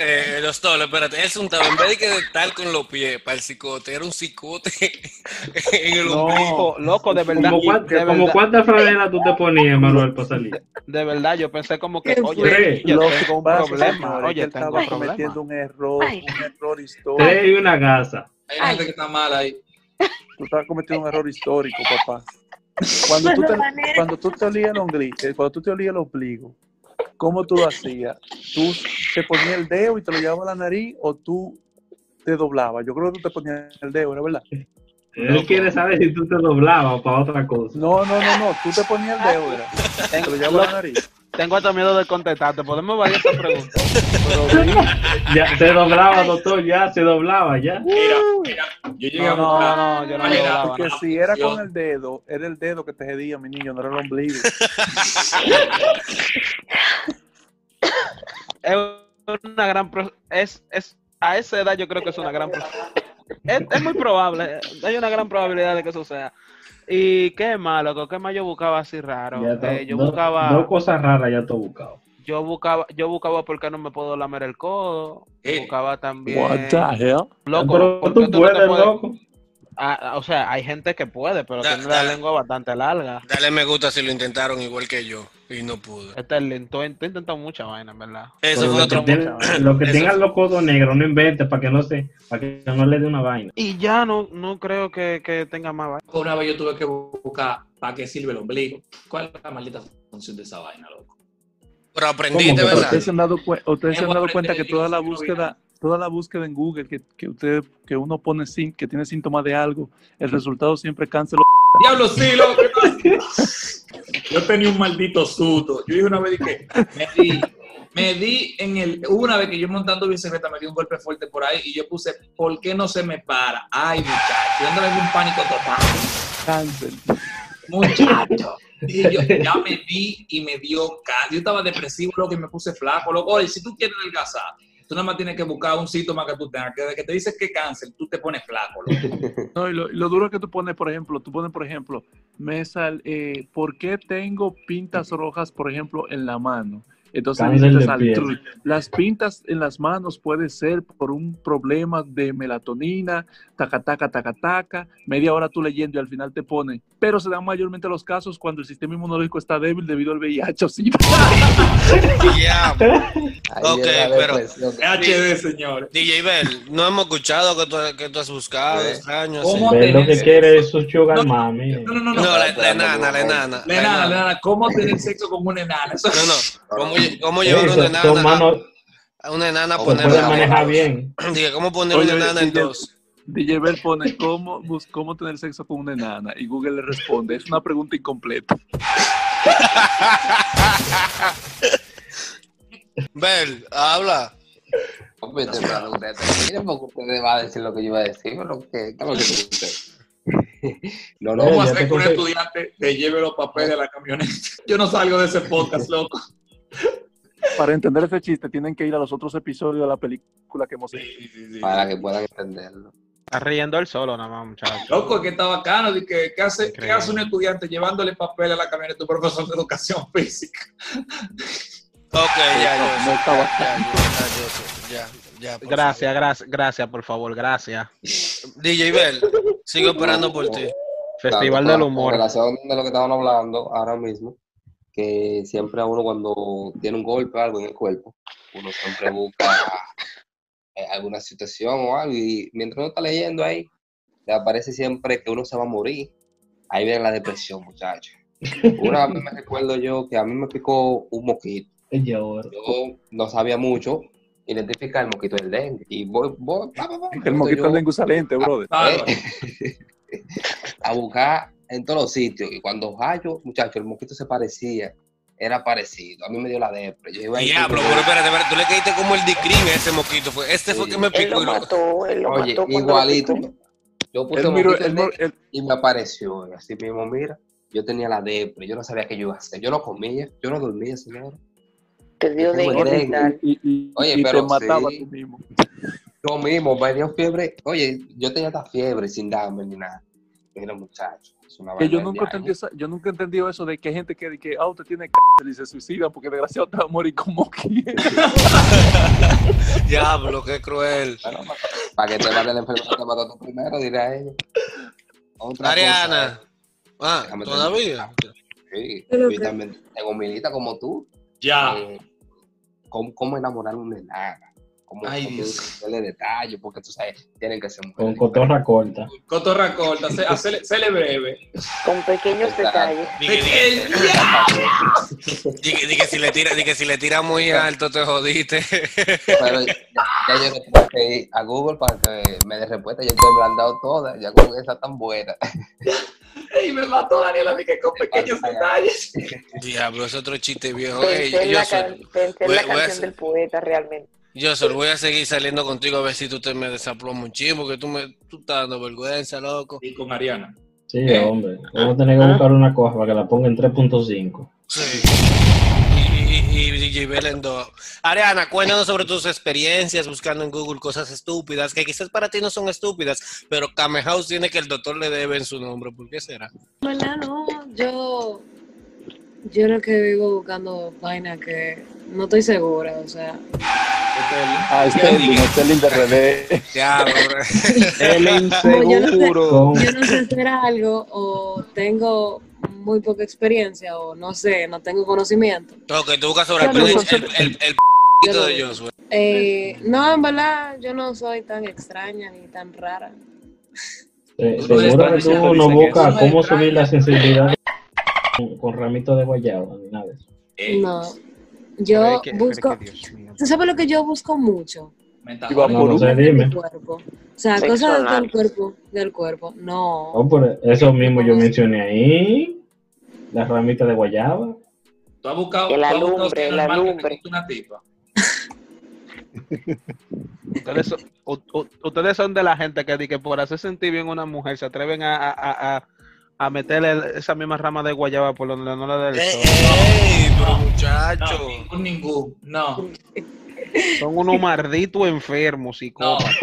S1: eh, los toles, espérate, es un estaba. En vez de que de estar con los pies para el cicote, era un cicote en el
S6: No.
S1: ombligo.
S3: Loco, loco, de verdad.
S10: Como, cuan-
S3: de,
S10: como
S3: verdad
S10: cuántas franelas tú te ponías, Manuel, para salir.
S3: de verdad, yo pensé como que,
S5: ¿Qué
S3: oye,
S10: fue?
S3: yo
S6: Lo
S3: tengo un
S6: que pasa,
S3: problema.
S6: señores, es que
S3: Oye,
S6: él
S3: tengo
S6: estaba
S3: un problema.
S6: cometiendo un error, un error histórico.
S10: Tres y una gasa.
S4: Hay gente que está mal ahí.
S6: Tú estabas cometiendo un error histórico, papá. Cuando tú te, cuando tú te olías el ombligo, eh, cuando tú te olías el ombligo, ¿cómo tú lo hacías? ¿Tú te ponías el dedo y te lo llevabas a la nariz o tú te doblabas? Yo creo que tú te ponías el dedo, ¿era verdad?
S10: Él quiere saber si tú te doblabas para otra cosa.
S6: No, no, no, no, tú te ponías el dedo, ¿verdad? Te lo llevabas a la nariz.
S3: Tengo hasta miedo de contestarte. Podemos variar esa pregunta.
S6: Pero, Luis,
S10: Ya, se doblaba, doctor, ya, se doblaba, ya.
S4: Mira, mira, yo llegué
S6: No,
S4: a
S6: no,
S4: buscar.
S3: no, yo no
S4: Daniela,
S3: doblaba,
S4: porque
S6: porque si era con el dedo, era el dedo que te hedía, mi niño, no era el ombligo.
S3: Es una gran. pro- Es, es, a esa edad yo creo que es una gran. pro- Es, es muy probable. Hay una gran probabilidad de que eso sea. Y qué malo, loco. ¿Qué más yo buscaba así raro?
S10: Ya,
S3: Eh,
S10: do-
S3: yo
S10: do-
S3: buscaba.
S10: Dos cosas raras ya te he buscado.
S3: Yo buscaba, yo buscaba por qué no me puedo lamer el codo.
S4: Eh.
S3: Buscaba también.
S6: hell?
S3: Loco,
S10: pero
S3: ¿por
S10: tú
S3: qué tú no te
S10: puedes,
S3: puedes-
S10: loco.
S3: Ah, ah, o sea, hay gente que puede, pero
S1: Da-
S3: tiene la
S1: da-
S3: lengua bastante larga.
S1: Dale me gusta si lo intentaron igual que yo y no pude.
S3: Este es lento, he intentado mucha vaina, en ¿verdad?
S1: Eso
S10: Pero
S1: fue
S10: lo que
S1: otro.
S10: tiene- Lo que
S1: Eso
S10: tengan
S1: fue-
S10: los codos negros, no inventes para que no se, para que no le dé una vaina.
S3: Y ya no, no creo que, que tenga más vaina.
S4: Una vez yo tuve que buscar para qué sirve el ombligo. ¿Cuál es la maldita función de esa vaina, loco?
S1: Pero aprendiste,
S10: ¿Cómo que
S1: ¿verdad?
S6: Ustedes se han dado, cue- ustedes se han
S4: Hemos
S6: dado cuenta que
S4: aprendido
S6: toda la
S4: que no
S6: búsqueda, toda la búsqueda en Google que, que usted, que uno pone sin, que tiene síntomas de algo, el resultado siempre cancelo.
S4: Diablo, sí, loco. Yo tenía un maldito susto. Yo dije una vez dije, me di, me di en el. hubo Una vez que yo montando bicicleta me di un golpe fuerte por ahí y yo puse, ¿por qué no se me para? Ay, muchacho. Yo andaba en un pánico total.
S6: Cancel.
S4: Muchacho. Y yo ya me vi y me dio ca- Yo estaba depresivo, loco, y me puse flaco, loco. Oye, si tú quieres adelgazar, tú nada más tienes que buscar un síntoma que tú tengas. Que desde que te dices que cáncer, tú te pones flaco, loco.
S6: No, y lo, y lo duro que tú pones, por ejemplo, tú pones, por ejemplo, me sal, eh, ¿por qué tengo pintas rojas, por ejemplo, en la mano? Entonces
S10: Cáncer
S6: dices
S10: de
S6: al
S10: piel.
S6: tru- las pintas en las manos puede ser por un problema de melatonina, taca, taca, taca, taca, media hora tú leyendo y al final te pone, pero se dan mayormente los casos cuando el sistema inmunológico está débil debido al VIH o SIDA.
S1: Diablo. Ok, pero
S10: pues,
S1: Eh.
S4: HD, señores.
S1: DJ Bell, no hemos escuchado que tú, que tú has buscado extraños.
S4: ¿Cómo
S1: sí.
S4: te-
S10: Ve lo que
S4: tenés-
S10: quiere es su sugar
S4: No, no,
S10: mami.
S4: No, no, no.
S1: No,
S4: no.
S1: la, la enana, la enana.
S4: La enana, la enana. ¿Cómo tener sexo con una enana? Eso-
S1: No, no. ¿Cómo, lle- cómo llevar
S10: Eso,
S1: una
S10: Tus
S1: enana,
S10: manos
S1: a- a una enana a
S10: se pueden
S1: ponerla?
S10: manejar bien.
S1: Dije, ¿cómo poner
S6: Oye,
S1: una enana en
S6: y de-
S1: dos?
S6: DJ Bell pone ¿cómo, bus- cómo tener sexo con una enana y Google le responde, es una pregunta incompleta.
S1: Bel, habla.
S10: Hombre, te pregunté, te miren porque ustedes van pues, a decir lo que yo iba a decir, pero que, ¿qué es lo que dice usted? No, pues, no,
S4: ¿Cómo
S10: ya
S4: hacer
S10: te
S4: que un
S10: conté.
S4: estudiante te lleve los papeles de la camioneta? Yo no salgo de ese podcast, loco.
S6: Para entender ese chiste tienen que ir a los otros episodios de la película que hemos hecho.
S10: Para que puedan entenderlo.
S3: Está riendo él solo, nada más, muchachos.
S4: Loco, es que está bacano. de que- ¿Qué hace, ¿qué hace un estudiante llevándole papel a la camioneta de tu profesor de educación física?
S1: Eh, Ok, ya,
S3: No,
S1: yo
S3: no
S1: sé,
S3: estaba.
S1: ya, yo sé, ya, ya, por
S3: Gracias, gracias, gracias, por favor, gracias.
S1: favor. DJ Bel, sigo esperando por ti.
S3: Festival
S10: Tanto
S3: del
S10: con-
S3: humor.
S10: Con relación de lo que estaban hablando ahora mismo, que siempre a uno cuando tiene un golpe o algo en el cuerpo, uno siempre busca eh, alguna situación o algo, y mientras uno está leyendo ahí, le aparece siempre que uno se va a morir. Ahí viene la depresión, muchachos. Una vez me recuerdo yo que a mí me picó un moquito. Yo no sabía mucho identificar el moquito del dengue. Y voy, voy, pa, pa, pa,
S6: El moquito
S10: yo- Ah,
S6: es lente, brother.
S10: eh, a buscar en todos los sitios. Y cuando hallo, muchachos, el mosquito se parecía. Era parecido. A mí me dio la depre. Yo iba a-
S1: eh, Diablo, pero espérate, espérate, tú le caíste como el dicrín a ese moquito. Fue, este fue que me picó. y lo-
S10: Oye, igualito. Yo puse
S1: Él
S10: un
S1: miró-
S10: mosquito
S1: él
S10: en él y me apareció. Y así mismo, mira, yo tenía la depre. Yo no sabía qué yo iba a hacer. Yo no comía, yo no dormía, señora.
S2: Te dio dengue y tal.
S10: Oye,
S6: y te
S10: pero
S6: mataba
S10: sí.
S6: tú mismo.
S10: Yo mismo, me dio fiebre. Oye, yo tenía esta fiebre sin darme ni nada. Mira, muchachos, es una
S6: Que yo
S10: vaina
S6: nunca
S10: ya,
S6: entendí esa- yo nunca entendí eso de que hay gente que dice que ah, usted tiene c y se suicida porque desgraciado te va a morir como quiera.
S1: Diablo, qué cruel.
S10: pues, Para que te mate la enfermedad, te mató tú primero, dirá ella. Otra
S1: Ariana.
S3: eh.
S10: cosa,
S1: Ah,
S10: déjame
S1: todavía.
S3: Ah.
S10: Sí,
S1: Pero
S10: yo
S1: que-
S10: también tengo milita como tú.
S4: Ya.
S10: Eh, ¿cómo, cómo enamorar a una enana? ¿Cómo,
S4: Ay,
S10: cómo
S4: Dios.
S10: darle detalles? Porque tú sabes, tienen que ser
S7: Con cotorra corta.
S4: Cotorra corta, sé, hacele- séle breve.
S2: Con pequeños detalles.
S1: Dije dije, si le tira, dije, si le tira muy alto, te jodiste.
S10: Pero ya, ya yo no tengo que ir a Google para que me dé respuesta. Yo estoy blandado todas, ya con esa tan buena.
S4: Y me mató Daniela, dije, con pequeños detalles.
S1: Diablo, es otro chiste viejo. Ey,
S2: Pensé en la,
S1: Joseph,
S2: can- pensé en
S1: voy-
S2: la
S1: voy a
S2: canción
S1: hacer-
S2: del poeta realmente.
S1: Joseph, voy a seguir saliendo contigo a ver si tú te me desaplomas un chingo, porque tú me tú estás dando vergüenza, loco.
S4: Y con Ariana.
S7: Sí, hombre. Vamos a tener
S3: ¿Ah?
S7: que buscar una cosa para que la ponga en 3.5.
S1: Sí. Y, y, y DJ Belendo. Ariana, cuéntanos sobre tus experiencias buscando en Google cosas estúpidas, que quizás para ti no son estúpidas, pero Kame House tiene que el doctor le debe en su nombre. ¿Por qué será?
S5: ¿Verdad? No, yo. Yo lo que vivo buscando vaina que no estoy segura, o sea.
S6: Ah, Sterling, Sterling de revés.
S1: Ya,
S6: El
S5: yo no, sé,
S6: inseguro.
S5: yo no sé hacer algo o tengo muy poca experiencia o no sé, no tengo conocimiento.
S1: No, que tú buscas sobre el, el, el, el, p***ito de Josué.
S5: Eh, no, en verdad, yo no soy tan extraña ni tan rara.
S7: Eh,
S1: Tú eres
S7: seguro que
S1: extraño,
S7: tú
S1: dice que
S7: no buscas
S1: eso no es
S7: cómo subir la sensibilidad con, con ramitos de guayaba ni nada de eso.
S4: Eh,
S5: No. Yo busco. ¿Tú sabes lo que yo busco mucho?
S7: No, no sé, dime.
S5: Cuerpo. O sea,
S7: Sexo
S5: cosas
S7: anal.
S5: del cuerpo. Del cuerpo. No.
S7: No, Oh, por eso mismo yo mencioné ahí. Las ramitas de guayaba.
S4: Tú has buscado,
S2: Que
S4: tú
S2: la
S4: has buscado
S2: lumbre,
S4: que
S2: la
S4: normal que te
S2: lumbre.
S4: guste una tipa.
S3: Ustedes son, u- u- ustedes son de la gente que, di que por hacer sentir bien una mujer se atreven a, a- a, a, a meterle el- esa misma rama de guayaba por donde no le dé el
S1: Eh.
S3: sol.
S1: pero muchacho.
S4: No, ningún, ningún, no.
S3: Son unos malditos enfermos, psicópatas.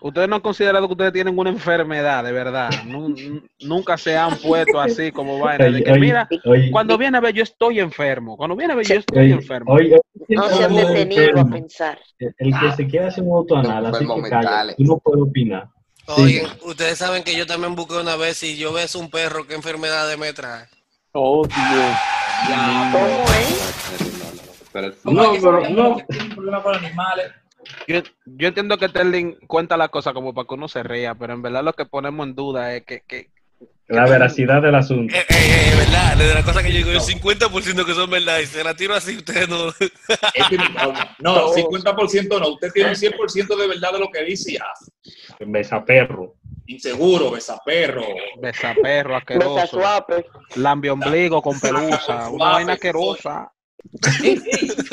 S3: Ustedes no han considerado que ustedes tienen una enfermedad, de verdad. Nu- nu- nunca se han puesto así como vaina. de que,
S7: Oye,
S3: mira,
S7: oye.
S3: cuando viene a ver, yo estoy enfermo. Cuando viene a ver, yo estoy
S7: Oye,
S3: enfermo.
S7: oye, oye,
S3: No
S2: se han
S7: oye,
S2: detenido a
S7: enfermo.
S2: pensar.
S7: El el
S10: Ah.
S7: que se quiera hacer un autoanal, así
S10: enfermos
S7: que calla,
S10: mentales.
S7: tú no puedes opinar.
S1: Oye, ustedes saben que yo también busqué una vez si yo ves un perro, ¿qué enfermedad me trae?
S6: Oh, Dios.
S1: ¿Cómo
S7: No, pero no.
S4: Tiene problemas con animales.
S3: Yo, yo entiendo que Terling cuenta la cosa como para que uno se ría, pero en verdad lo que ponemos en duda es que, que
S7: La veracidad del asunto.
S1: Es Eh, verdad, de la cosa pasa que yo digo, el 50% que son verdad y se la tiro así, ustedes no.
S4: No, 50% no. Usted tiene un 100% de verdad de lo que dice y hace.
S7: Besaperro.
S4: Inseguro, besaperro.
S3: Besaperro, asqueroso. Lambe ombligo con pelusa. Una vaina asquerosa.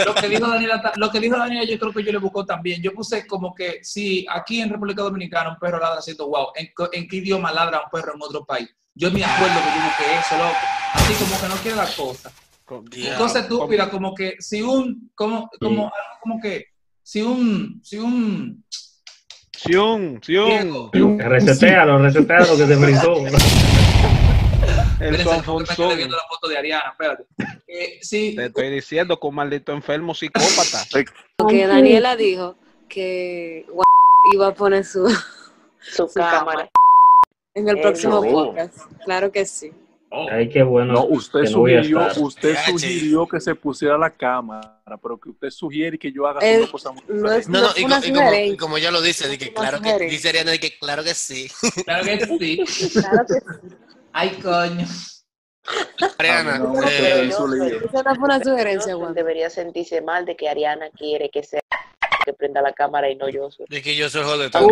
S4: Lo que dijo Daniela, ta- lo que dijo Daniela, yo creo que yo le busco también. Yo puse como que si aquí en República Dominicana un perro ladra, siento wow. ¿En, co- en qué idioma ladra un perro en otro país? Yo me acuerdo que yo busqué eso, loco. Así como que no quiere la cosa. Entonces tú, mira, como que si un, como, como, algo como que si un, si un,
S3: Si un, si un.
S7: Resetealo, resetealo que se frizó.
S3: El
S4: Espérense,
S3: son,
S4: no, que me quedé viendo la foto de Ariana, espérate. Eh, sí.
S3: Te estoy diciendo que un maldito enfermo psicópata.
S5: Porque Daniela dijo que gua- iba a poner su,
S2: su,
S5: cámara en el
S7: Eh,
S5: próximo
S7: no.
S5: podcast. Claro que sí.
S7: Ay, qué bueno.
S6: No, usted
S7: que no voy a
S6: sugirió,
S7: estar.
S6: usted sugirió que se pusiera la cámara, pero que usted sugiere que yo haga
S5: Eh,
S6: una cosa muy
S5: no es-
S1: No, no, y,
S5: una
S1: co- y como,
S5: sugerencia.
S1: y como ya lo dice, de que claro que,
S5: sugerencia.
S1: dice Ariana de que claro que sí.
S4: Claro que sí. Ay, coño.
S1: Ariana,
S4: Ah, no, no,
S1: eh,
S4: no, no, no,
S5: Esa no fue una sugerencia,
S2: Johnson debería sentirse mal de que Ariana quiere que sea que prenda la cámara y no yo.
S1: de que yo soy joder.
S4: Uh.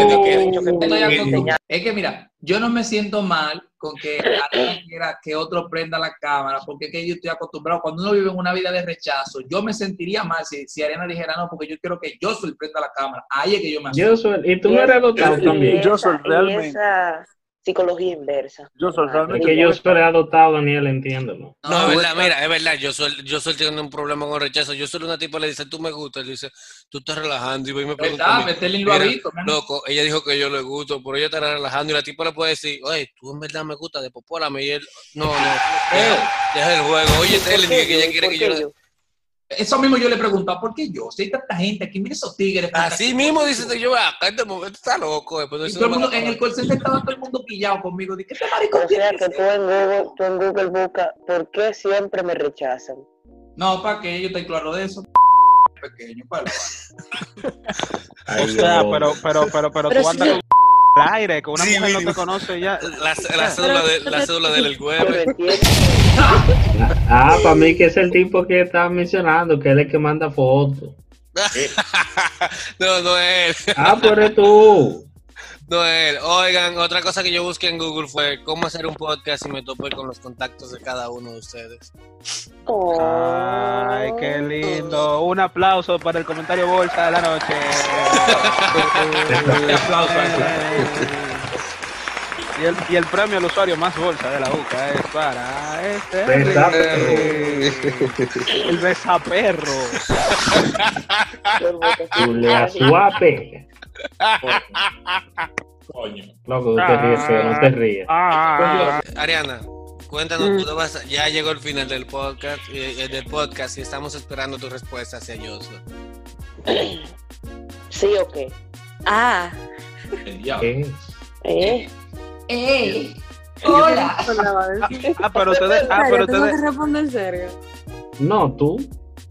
S4: Estoy de acuerdo. Es que mira, yo no me siento mal con que alguien quiera que otro prenda la cámara, porque es que yo estoy acostumbrado, cuando uno vive en una vida de rechazo, yo me sentiría mal si, si Ariana dijera no, porque yo quiero que yo soy el prenda la cámara. Ahí es que yo me
S7: Yo soy, y tú no eres adoptado también.
S2: Yo soy realmente. Esa psicología inversa.
S6: Yo soy
S7: Es que yo soy adoptado, Daniel, entiéndelo.
S1: No, es verdad, mira, es verdad, yo soy, yo soy tiene un problema con rechazo. Yo soy una tipa le dice, tú me gustas, le dice, tú estás relajando y voy y me pregunta. a mí,
S4: ¿Verdad? Meterle en lo
S1: mira,
S4: adicto, man.
S1: loco, ella dijo que yo le gusto, pero ella está relajando y la tipa le puede decir, oye, tú en verdad me gustas de popólame y él, no, no, deja, deja el juego. Oye, él dije que ella quiere que yo le-
S4: Eso mismo yo le preguntaba, ¿por qué yo? Si hay tanta gente aquí, mira esos tigres.
S1: Así mismo dice que yo, acá este momento está loco. Después de
S4: Y
S1: eso
S4: todo el
S1: no me
S4: mundo-
S1: la-
S4: en el call center estaba todo el mundo pillado conmigo. Dije, este
S2: O
S4: maricón tiene
S2: sea
S4: que
S2: que
S4: ser-
S2: tú en Google, tú en Google busca ¿por qué siempre me rechazan?
S4: No, ¿para qué? Yo estoy claro de eso. Pequeño, palo.
S3: O sea, pero, pero, pero, pero
S4: Pero
S3: tú andas
S4: sí.
S3: con el aire, que una
S1: Sí,
S3: mujer no
S1: mínimo.
S3: te conoce ya.
S1: La, la cédula de, la cédula del güey.
S7: Ah, para mí que es el tipo que estaba mencionando, que es el que manda fotos.
S1: No, no es. él.
S7: Ah, pero eres tú.
S1: No, él. Oigan, otra cosa que yo busqué en Google fue cómo hacer un podcast y me topé con los contactos de cada uno de ustedes.
S3: Ay, qué lindo. Un aplauso para el comentario bolsa de la noche.
S4: Un aplauso.
S3: Y el, y el premio al usuario más bolsa de la UCA es para este. El besaperro.
S2: Ah,
S7: Chulea suape.
S4: Coño.
S7: Loco, no te ríes, feo, no te ríes.
S3: Ah,
S1: Ariana, cuéntanos, tú vas a- ya llegó el final del podcast, eh, eh, del podcast y estamos esperando tu respuesta hacia Joshua.
S2: ¿Sí o qué?
S5: Ah.
S2: ¿Eh?
S5: ¡Ey!
S2: Hola.
S3: Ah, pero te de- ah, pero te
S5: tengo
S3: de-
S5: que responder en serio.
S7: No, tú.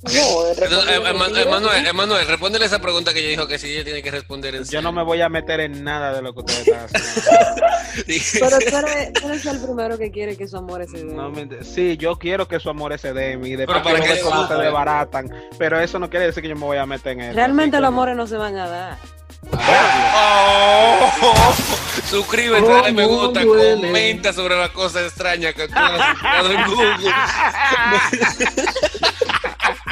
S1: Entonces, eh, Ema- Emanuel, Emanuel, respóndele esa pregunta que ella dijo que sí, ella tiene que responder en
S3: Yo no me voy a meter en nada de lo que ustedes están haciendo.
S5: Pero tú eres, tú eres el primero que quiere que su amor se dé.
S3: No me ent- sí, yo quiero que su amor se dé y después
S1: Pero para
S3: quiero
S1: que
S3: ver
S1: le
S3: cómo
S1: baje.
S3: se desbaratan. Pero eso no quiere decir que yo me voy a meter en eso.
S5: Realmente los amores no se van a dar.
S1: Oh, suscríbete, dale me
S5: ¿Cómo
S1: gusta,
S5: duele?
S1: comenta sobre la cosa extraña que tú has encontrado en Google.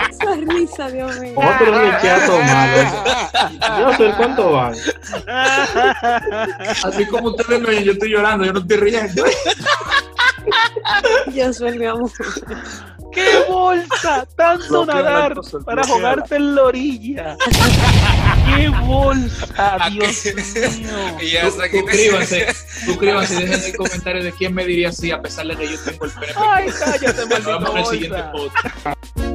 S5: Esa risa, Dios mío.
S7: Otro
S3: Ah,
S7: rechazo malo. Yo soy cuánto van.
S4: Así como ustedes me ven, yo estoy llorando, yo no estoy riendo.
S5: Yo soy mi amor.
S3: ¡Qué bolsa! Tanto
S5: Bloquea la
S3: nadar
S5: cosa,
S3: para
S5: bloquea.
S3: jugarte en la orilla. ¡Qué bolsa, Dios mío!
S1: Y hasta aquí-
S4: Suscríbanse, suscríbanse, dejen el comentario de quién me diría sí, a pesar de que yo tengo el pene.
S3: ¡Ay, cállate,
S4: No,
S3: maldito
S4: vamos al
S3: bolsa!
S4: siguiente podcast.